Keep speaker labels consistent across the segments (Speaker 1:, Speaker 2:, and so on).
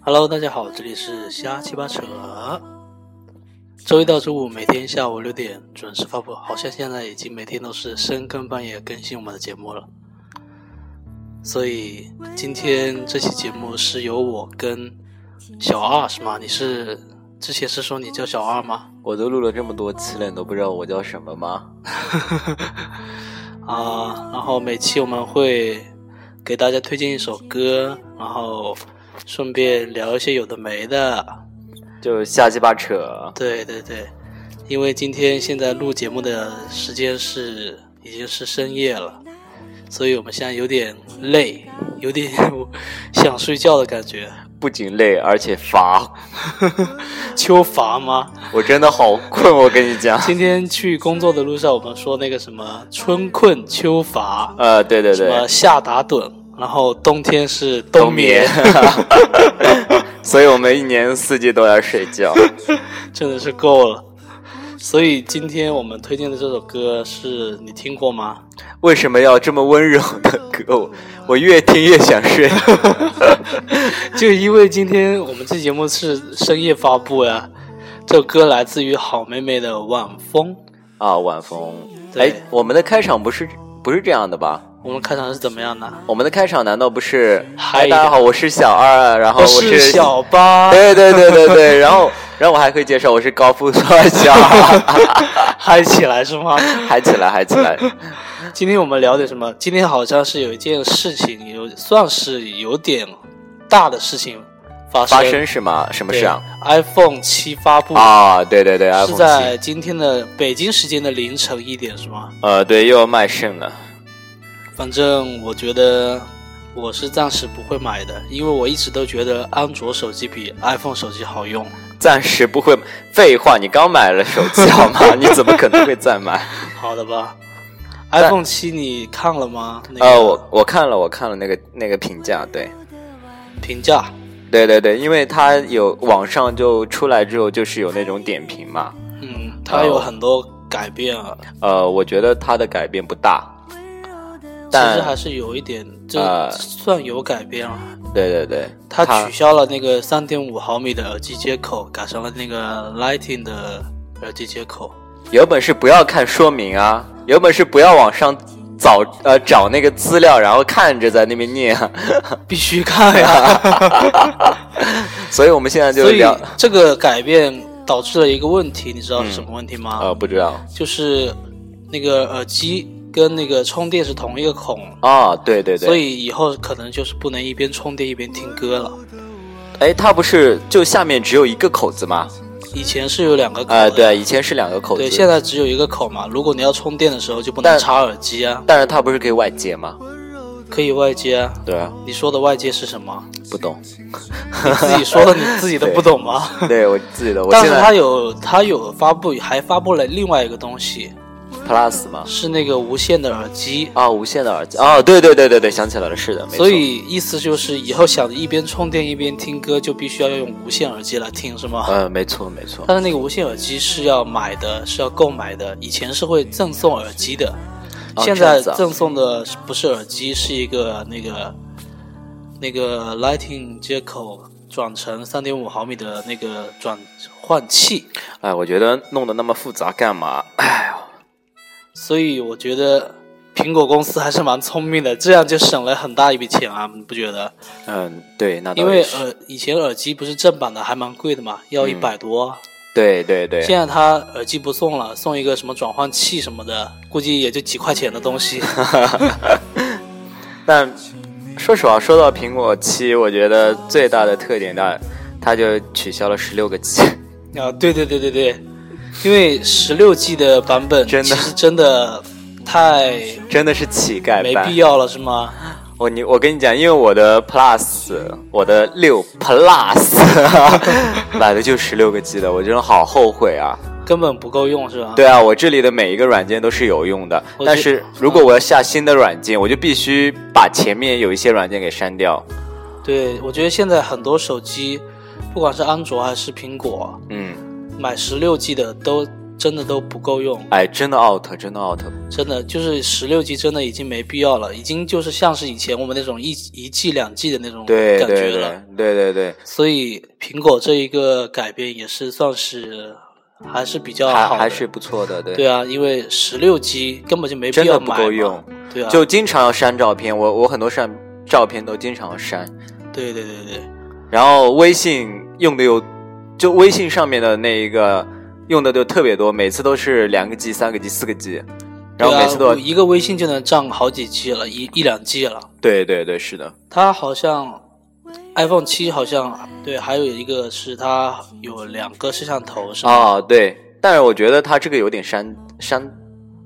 Speaker 1: Hello，大家好，这里是瞎七八扯。周一到周五每天下午六点准时发布，好像现在已经每天都是深更半夜更新我们的节目了。所以今天这期节目是由我跟小二是吗？你是之前是说你叫小二吗？
Speaker 2: 我都录了这么多期了，你都不知道我叫什么吗？
Speaker 1: 啊，然后每期我们会给大家推荐一首歌，然后顺便聊一些有的没的。
Speaker 2: 就瞎鸡巴扯。
Speaker 1: 对对对，因为今天现在录节目的时间是已经是深夜了，所以我们现在有点累，有点 想睡觉的感觉。
Speaker 2: 不仅累，而且乏。
Speaker 1: 秋乏吗？
Speaker 2: 我真的好困，我跟你 讲。
Speaker 1: 今天去工作的路上，我们说那个什么春困秋乏，
Speaker 2: 呃，对对
Speaker 1: 什么
Speaker 2: 对，
Speaker 1: 夏打盹，然后冬天是
Speaker 2: 冬
Speaker 1: 冬眠，
Speaker 2: 所以我们一年四季都要睡觉。
Speaker 1: 真的是够了。所以今天我们推荐的这首歌是你听过吗？
Speaker 2: 为什么要这么温柔的歌？我我越听越想睡。
Speaker 1: 就因为今天我们这节目是深夜发布呀，这首歌来自于好妹妹的《晚风》。
Speaker 2: 啊，晚风。
Speaker 1: 对
Speaker 2: 哎，我们的开场不是不是这样的吧？
Speaker 1: 我们开场是怎么样的？
Speaker 2: 我们的开场难道不是？
Speaker 1: 嗨
Speaker 2: 嗨，大家好，我是小二，然后
Speaker 1: 我
Speaker 2: 我
Speaker 1: 是小八，
Speaker 2: 对对对对对，然后然后我还可以介绍我是高富帅小二，
Speaker 1: 嗨起来是吗？
Speaker 2: 嗨起来嗨起 来，
Speaker 1: 今天我们聊点什么？今天好像是有一件事情，有算是有点大的事情发生。
Speaker 2: 发生是吗？什么事啊？
Speaker 1: 对？iPhone 七发布、
Speaker 2: 啊，对对对
Speaker 1: 是
Speaker 2: ，iPhone 七，
Speaker 1: 在今天的北京时间的凌晨一点是吗？
Speaker 2: 呃，对，又要卖肾了。
Speaker 1: 反正我觉得我是暂时不会买的，因为我一直都觉得安卓手机比 iPhone 手机好用。
Speaker 2: 暂时不会，废话，你刚买了手机好吗？ 你怎么可能会再买？
Speaker 1: 好的吧？iPhone 七你看了吗？那
Speaker 2: 呃，
Speaker 1: 个
Speaker 2: 我我看了，我看了那个那个评价，对，
Speaker 1: 评价，
Speaker 2: 对对对，因为它有网上就出来之后就是有那种点评嘛，
Speaker 1: 嗯，它有很多改变啊，
Speaker 2: 呃，我觉得它的改变不大，
Speaker 1: 其实
Speaker 2: 但
Speaker 1: 还是有一点，就
Speaker 2: 呃
Speaker 1: 算有改变了。
Speaker 2: 对对对，
Speaker 1: 它
Speaker 2: 它
Speaker 1: 取消了那个三点五毫米的耳机接口，改成了那个 Lightning 的耳机接口。
Speaker 2: 有本事不要看说明啊，有本事不要往上找呃找那个资料，然后看着在那边念啊。
Speaker 1: 必须看呀！
Speaker 2: 所以我们现 在就
Speaker 1: 所以啊
Speaker 2: 聊，
Speaker 1: 这个改变导致了一个问题，你知道是什么问题吗？
Speaker 2: 呃，不知道
Speaker 1: 就是那个耳机跟那个充电是同一个孔，
Speaker 2: 啊，对对对，
Speaker 1: 所以以后可能就是不能一边充电一边听歌了。
Speaker 2: 哎，它不是就下面只有一个口子吗？
Speaker 1: 以前是有两个口的，
Speaker 2: 啊、对，以前是两个口子，
Speaker 1: 对，现在只有一个口嘛。如果你要充电的时候，就不能
Speaker 2: 但
Speaker 1: 插耳机啊，
Speaker 2: 但是它不是可以外接吗？
Speaker 1: 可以外接啊。
Speaker 2: 对啊，
Speaker 1: 你说的外接是什么？
Speaker 2: 不懂，
Speaker 1: 你自己 说的，你自己都不懂吗？
Speaker 2: 对我自己的， 我
Speaker 1: 但
Speaker 2: 现
Speaker 1: 是
Speaker 2: 在
Speaker 1: 它有它有发布，还发布了另外一个东西，
Speaker 2: Plus 嘛，
Speaker 1: 是那个无线的耳机。
Speaker 2: 啊，无线的耳机，啊，对对对对对，想起来了，是的，没错
Speaker 1: 所以意思就是以后想一边充电一边听歌，就必须要用无线耳机来听，是吗？
Speaker 2: 呃，没错没错，
Speaker 1: 但是那个无线耳机是要买的，是要购买的。以前是会赠送耳机的，
Speaker 2: 哦
Speaker 1: 现
Speaker 2: 这样
Speaker 1: 在
Speaker 2: 子啊
Speaker 1: 赠送的是不是耳机，是一个那个那个 Lightning 接口转成三点五毫米的那个转换器。
Speaker 2: 哎，我觉得弄得那么复杂干嘛？ 哎呦，
Speaker 1: 所以我觉得苹果公司还是蛮聪明的，这样就省了很大一笔钱啊，你不觉得？
Speaker 2: 嗯，对，那倒
Speaker 1: 因为
Speaker 2: 也是嗯
Speaker 1: 耳以前耳机不是正版的还蛮贵的嘛，要一百多。
Speaker 2: 对对对，
Speaker 1: 现在它耳机不送了，送一个什么转换器什么的，估计也就几块钱的东 西。
Speaker 2: 但说实话，说到苹果七，我觉得最大的特点呢，它就取消了十六个 G。
Speaker 1: 啊，对对对对对，因为十六 G 的版本
Speaker 2: 真的
Speaker 1: 其实真的太
Speaker 2: 真的是乞丐
Speaker 1: 没
Speaker 2: 版。
Speaker 1: 必要了，是吗？
Speaker 2: 我你我跟你讲，因为我的 Plus，我的六 Plus 买的就十六个 G 的，我真的好后悔啊！
Speaker 1: 根本不够用，是吧？
Speaker 2: 对啊，我这里的每一个软件都是有用的，
Speaker 1: 我觉
Speaker 2: 但是如果我要下新的软件，我就必须把前面有一些软件给删掉。
Speaker 1: 对，我觉得现在很多手机，不管是安卓还是苹果，
Speaker 2: 嗯，
Speaker 1: 买十六 G 的都真的都不够用，
Speaker 2: 哎，真的 out，真的 out，
Speaker 1: 真的就是十六集真的已经没必要了，已经就是像是以前我们那种一一季两季的那种
Speaker 2: 对
Speaker 1: 感
Speaker 2: 对
Speaker 1: 觉
Speaker 2: 对
Speaker 1: 了。
Speaker 2: 对对对，
Speaker 1: 所以苹果这一个改编也是算是还是比较
Speaker 2: 还
Speaker 1: 好的，
Speaker 2: 还是不错的，对，
Speaker 1: 对啊，因为十六集根本就没必
Speaker 2: 真
Speaker 1: 要
Speaker 2: 的不
Speaker 1: 买
Speaker 2: 够
Speaker 1: 嘛
Speaker 2: 用，
Speaker 1: 对啊，
Speaker 2: 就经常要删照片，我我很多删照片都经常要删，
Speaker 1: 对对对对，
Speaker 2: 然后微信用的又，就微信上面的那一个用的就特别多，每次都是两个 G、三个 G、四个 G，然后
Speaker 1: 对啊
Speaker 2: 每次都要
Speaker 1: 我一个微信就能占好几 G 了，一一两 G 了。
Speaker 2: 对对对，是的，
Speaker 1: 它好像 iPhone 七好像对，还有一个是它有两个摄像头是吧？
Speaker 2: 啊对，但是我觉得它这个有点山山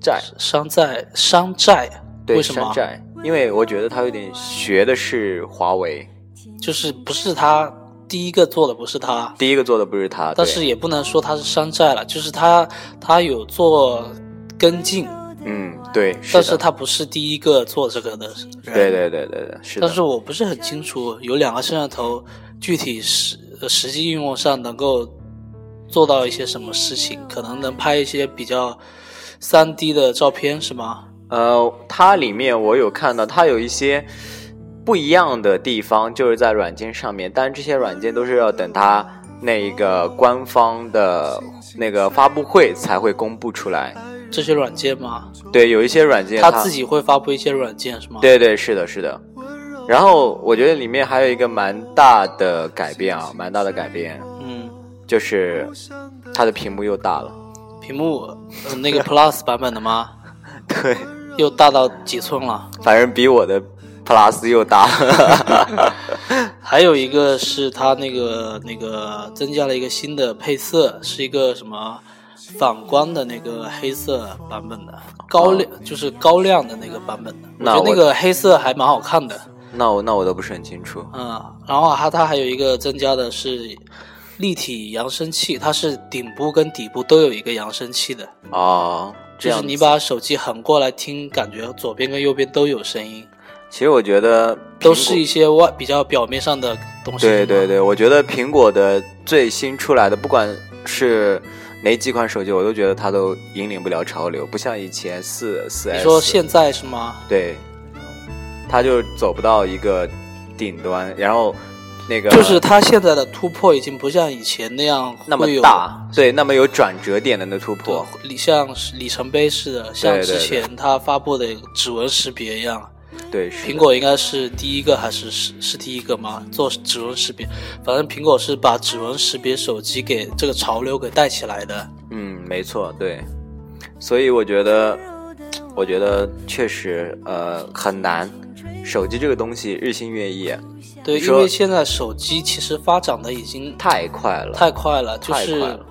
Speaker 2: 寨，
Speaker 1: 山寨山寨，
Speaker 2: 对
Speaker 1: 为什
Speaker 2: 山
Speaker 1: 么？
Speaker 2: 寨，因为我觉得它有点学的是华为，
Speaker 1: 就是不是它第一个做的，不是它，
Speaker 2: 第一个做的不是它，
Speaker 1: 但
Speaker 2: 对
Speaker 1: 是也不能说它是山寨了，就是它它有做跟进，
Speaker 2: 嗯对，是
Speaker 1: 但
Speaker 2: 的，
Speaker 1: 是它不是第一个做这个的人。
Speaker 2: 对对对对对，是的
Speaker 1: 但，是我不是很清楚有两个摄像头具体实呃实际应用上能够做到一些什么事情，可能能拍一些比较三 D 的照片是吗？
Speaker 2: 呃，它里面我有看到，它有一些不一样的地方，就是在软件上面，但这些软件都是要等它那一个官方的那个发布会才会公布出来。
Speaker 1: 这些软件吗？
Speaker 2: 对，有一些软件
Speaker 1: 他自己会发布一些软件是吗？，
Speaker 2: 嗯对对是的，是的。然后我觉得里面还有一个蛮大的改变啊，蛮大的改变
Speaker 1: 嗯，
Speaker 2: 就是它的屏幕又大了。
Speaker 1: 屏幕、呃、那个 Plus 版本的吗？
Speaker 2: 对，
Speaker 1: 又大到几寸了？
Speaker 2: 反正比我的 Plus 又大。
Speaker 1: 还有一个是它那个那个增加了一个新的配色，是一个什么反光的那个黑色版本的高亮，就是高亮的那个版本的。我
Speaker 2: 哦
Speaker 1: 觉得
Speaker 2: 那
Speaker 1: 那
Speaker 2: 我
Speaker 1: 个黑色还蛮好看的，
Speaker 2: 那我那我都不是很清楚。
Speaker 1: 嗯。然后它它还有一个增加的是立体扬声器，它是顶部跟底部都有一个扬声器的，
Speaker 2: 哦，这
Speaker 1: 就
Speaker 2: 样
Speaker 1: 是
Speaker 2: 子
Speaker 1: 你把手机横过来听，感觉左边跟右边都有声音，
Speaker 2: 其实我觉得
Speaker 1: 都
Speaker 2: 苹
Speaker 1: 是
Speaker 2: 果
Speaker 1: 一些外比较表面上的东西。
Speaker 2: 对
Speaker 1: 是吗
Speaker 2: 对对，我觉得苹果的最新出来的，不管是哪几款手机，我都觉得它都引领不了潮流，不像以前四四 S。
Speaker 1: 你说现在是吗？
Speaker 2: 对，它就走不到一个顶端，然后那个
Speaker 1: 就是它现在的突破已经不像以前那样
Speaker 2: 呃那么
Speaker 1: 会有
Speaker 2: 大，对，那么有转折点的那突
Speaker 1: 对
Speaker 2: 破，
Speaker 1: 里像是里程碑似的，像
Speaker 2: 对对
Speaker 1: 之前它发布的指纹识别一样。
Speaker 2: 对，是
Speaker 1: 苹
Speaker 2: 的
Speaker 1: 果应该是第一个还是是是第一个吗？做指纹识别，反正苹果是把指纹识别手机给这个潮流给带起来的。
Speaker 2: 嗯，没错，对，所以我觉得，我觉得确实呃很难，手机这个东西日新月异。
Speaker 1: 对，
Speaker 2: 你
Speaker 1: 因
Speaker 2: 说
Speaker 1: 为现在手机其实发展的已经
Speaker 2: 太快了，
Speaker 1: 太快了，就
Speaker 2: 太快
Speaker 1: 是
Speaker 2: 了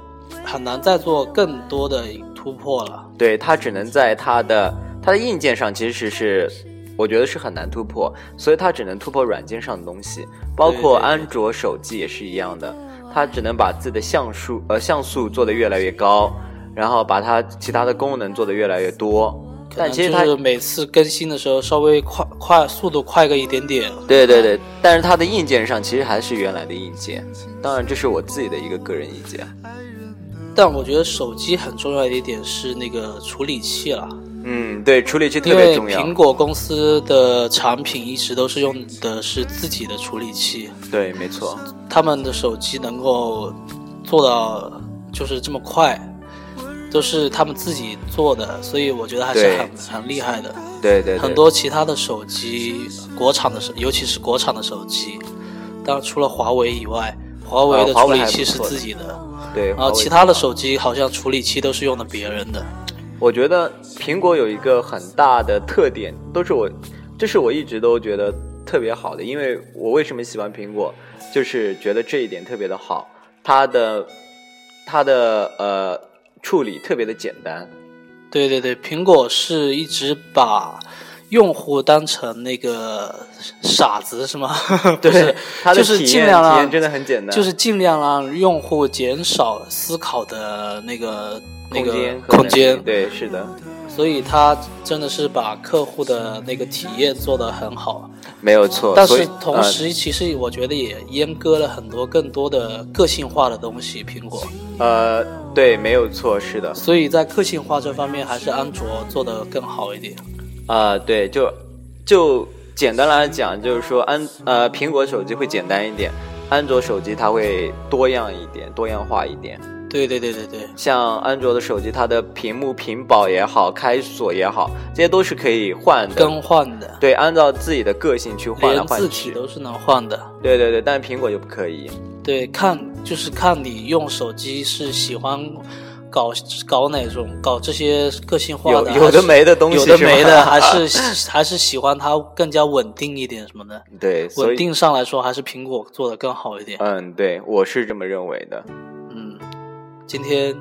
Speaker 1: 很难再做更多的突破了。
Speaker 2: 对它只能在它的它的硬件上其实是。我觉得是很难突破，所以它只能突破软件上的东西，包
Speaker 1: 对对
Speaker 2: 括
Speaker 1: 对
Speaker 2: 安卓手机也是一样的，它只能把自己的像素呃像素做得越来越高，然后把它其他的功能做得越来越多，但其实它
Speaker 1: 就是每次更新的时候稍微快快速度快个一点点。
Speaker 2: 对对对，但是它的硬件上其实还是原来的硬件，当然这是我自己的一个个人意见。
Speaker 1: 但我觉得手机很重要的一点是那个处理器了，
Speaker 2: 嗯，对，处理器特
Speaker 1: 因
Speaker 2: 别
Speaker 1: 为
Speaker 2: 重要
Speaker 1: 苹。果公司的产品一直都是用的是自己的处理器，
Speaker 2: 对，没错。
Speaker 1: 他们的手机能够做到就是这么快，都是他们自己做的，所以我觉得还是
Speaker 2: 对
Speaker 1: 很很厉害的。
Speaker 2: 对对对，
Speaker 1: 很多其他的手机，国产的手，尤其是国产的手机，当然除了华为以外，华为的
Speaker 2: 啊华
Speaker 1: 处
Speaker 2: 为
Speaker 1: 理
Speaker 2: 还
Speaker 1: 器
Speaker 2: 不
Speaker 1: 是
Speaker 2: 错的
Speaker 1: 自己的，
Speaker 2: 对
Speaker 1: 然后其
Speaker 2: 的。
Speaker 1: 他的手机好像处理器都是用的别人的。
Speaker 2: 我觉得苹果有一个很大的特点，都是我，这是我一直都觉得特别好的。因为我为什么喜欢苹果，就是觉得这一点特别的好，它的它的呃处理特别的简单。
Speaker 1: 对对对，苹果是一直把用户当成那个傻子是 吗？不是，
Speaker 2: 它的
Speaker 1: 就是
Speaker 2: 体
Speaker 1: 尽
Speaker 2: 验
Speaker 1: 量
Speaker 2: 体
Speaker 1: 让
Speaker 2: 验真的很简单，
Speaker 1: 就是尽量让用户减少思考的那个那
Speaker 2: 空
Speaker 1: 个
Speaker 2: 间和
Speaker 1: 空间。
Speaker 2: 对，是的，
Speaker 1: 所以它真的是把客户的那个体验做得很好。
Speaker 2: 没有错。
Speaker 1: 但
Speaker 2: 哦所
Speaker 1: 是
Speaker 2: 以
Speaker 1: 同
Speaker 2: 呃
Speaker 1: 时，其实我觉得也阉割了很多更多的个性化的东西，苹果。
Speaker 2: 呃，对，没有错，是的，
Speaker 1: 所以在个性化这方面，还是安卓做得更好一点。
Speaker 2: 啊、对，就就简单来讲，就是说安呃苹果手机会简单一点，安卓手机它会多样一点，多样化一点。
Speaker 1: 对对对对对，
Speaker 2: 像安卓的手机，它的屏幕、屏保也好，开锁也好，这些都是可以换的。
Speaker 1: 更换的，
Speaker 2: 对，按照自己的个性去换来
Speaker 1: 连
Speaker 2: 换
Speaker 1: 字体
Speaker 2: 去。
Speaker 1: 都是能换的。
Speaker 2: 对对对，但苹果就不可以。
Speaker 1: 对，看就是看你用手机是喜欢搞搞哪种，搞这些个性化
Speaker 2: 有
Speaker 1: 的，
Speaker 2: 有
Speaker 1: 还是
Speaker 2: 的没的东西
Speaker 1: 有
Speaker 2: 是吧，
Speaker 1: 的没的，还 是还是喜欢它更加稳定一点什么的。
Speaker 2: 对，所
Speaker 1: 稳
Speaker 2: 以
Speaker 1: 定上来说，还是苹果做的更好一点。
Speaker 2: 嗯，对，我是这么认为的。
Speaker 1: 嗯，今天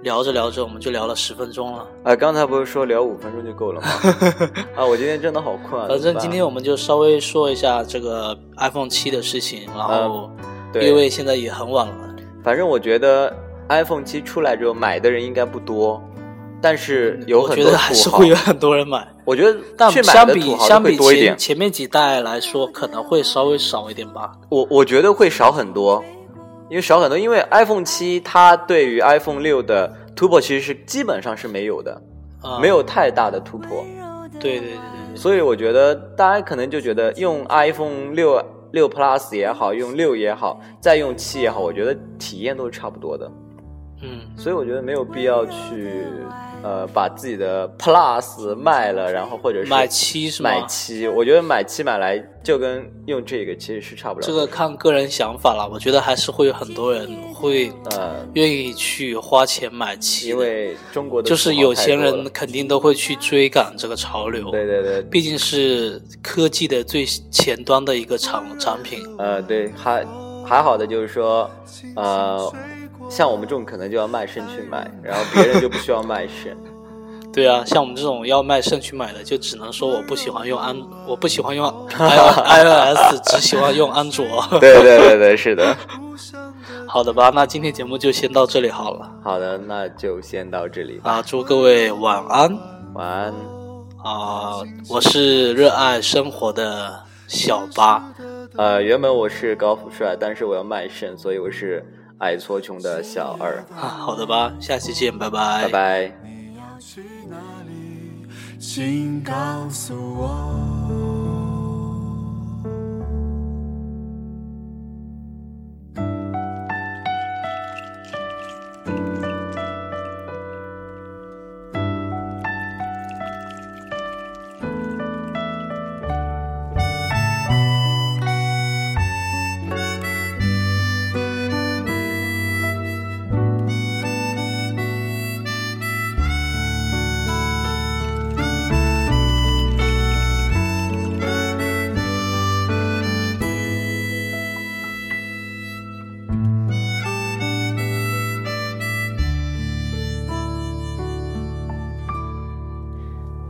Speaker 1: 聊着聊着，我们就聊了十分钟了。
Speaker 2: 啊，刚才不是说聊五分钟就够了 吗？啊，我今天真的好困啊！
Speaker 1: 反
Speaker 2: 怎么
Speaker 1: 正
Speaker 2: 办
Speaker 1: 今天我们就稍微说一下这个 iPhone 七的事情，然后
Speaker 2: 呃对
Speaker 1: 因为现在也很晚了，
Speaker 2: 反正我觉得 iPhone 七出来之后买的人应该不多，但是有
Speaker 1: 嗯我
Speaker 2: 很
Speaker 1: 觉
Speaker 2: 多
Speaker 1: 得还是
Speaker 2: 土豪
Speaker 1: 会有很多人 买。
Speaker 2: 我觉得
Speaker 1: 但
Speaker 2: 去买
Speaker 1: 相
Speaker 2: 的
Speaker 1: 比
Speaker 2: 土豪就
Speaker 1: 相
Speaker 2: 会
Speaker 1: 比
Speaker 2: 多一点
Speaker 1: 前。前面几代来说，可能会稍微少一点吧。
Speaker 2: 我我觉得会少很多，因为少很多，因为 iPhone 七它对于 iPhone 六的突破其实是基本上是没有的，
Speaker 1: 啊、
Speaker 2: 没有太大的突破，
Speaker 1: 对，对对对
Speaker 2: 所以我觉得大家可能就觉得用 iPhone 六六 Plus 也好，用六也好，再用七也好，我觉得体验都是差不多的。
Speaker 1: 对，嗯，
Speaker 2: 所以我觉得没有必要去呃把自己的 Plus 卖了，然后或者是
Speaker 1: 买七是吗？
Speaker 2: 买七，我觉得买七买来就跟用这个其实是差不了。
Speaker 1: 这个看个人想法了，我觉得还是会有很多人会
Speaker 2: 呃，
Speaker 1: 愿意去花钱买七的，
Speaker 2: 因为中国的
Speaker 1: 就是
Speaker 2: 土豪
Speaker 1: 有
Speaker 2: 太
Speaker 1: 钱
Speaker 2: 多
Speaker 1: 人
Speaker 2: 了，
Speaker 1: 肯定都会去追赶这个潮流。
Speaker 2: 对对对，
Speaker 1: 毕竟是科技的最前端的一个产产品，
Speaker 2: 呃对，还还好的就是说呃。像我们这种可能就要卖身去买，然后别人就不需要卖身。
Speaker 1: 对啊，像我们这种要卖肾去买的，就只能说我不喜欢用安，我不喜欢用 i iOS，只喜欢用安卓。
Speaker 2: 对对对对，是的。
Speaker 1: 好的吧，那今天节目就先到这里好了
Speaker 2: 好的，那就先到这里吧，
Speaker 1: 啊，祝各位晚安
Speaker 2: 晚安。
Speaker 1: 啊！我是热爱生活的小八，
Speaker 2: 呃，原本我是高富帅，但是我要卖肾，所以我是矮矬穷的小二。
Speaker 1: 啊好的吧，下期见，
Speaker 2: 拜拜。
Speaker 3: 你要去哪里？请告诉我。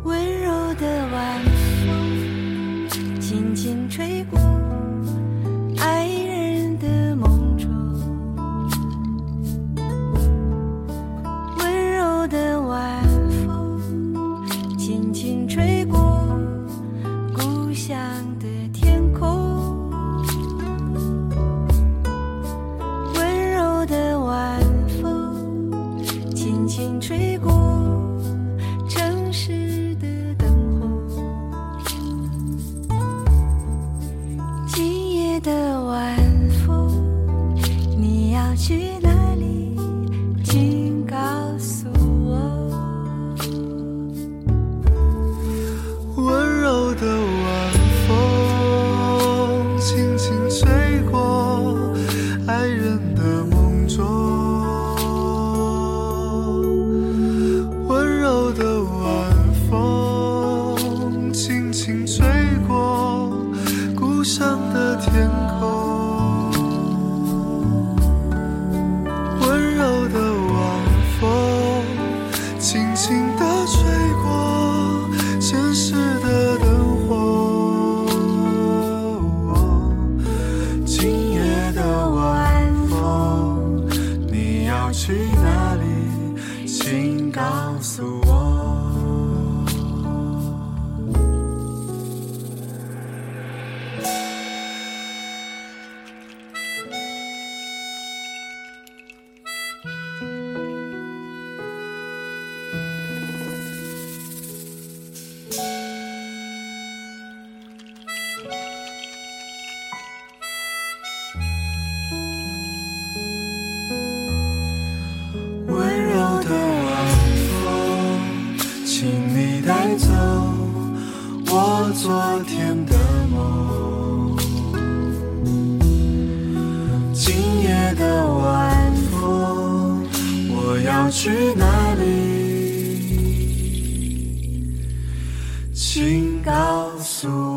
Speaker 4: 温柔的晚风，轻轻吹过爱人的梦中。温柔的晚风，轻轻吹过故乡的天空。温柔的晚风，轻轻吹过。城市的灯红，今夜的晚风，你要去哪里？请告诉我。
Speaker 3: 温柔的晚风，轻轻吹过爱人的梦中。温柔的晚风，轻轻吹过故乡的天空。温柔的晚风，轻轻地吹过城市的灯火。今夜的晚风，你要去哪里？请告诉我。昨天的梦。今夜的晚风，我要去哪里？请告诉我。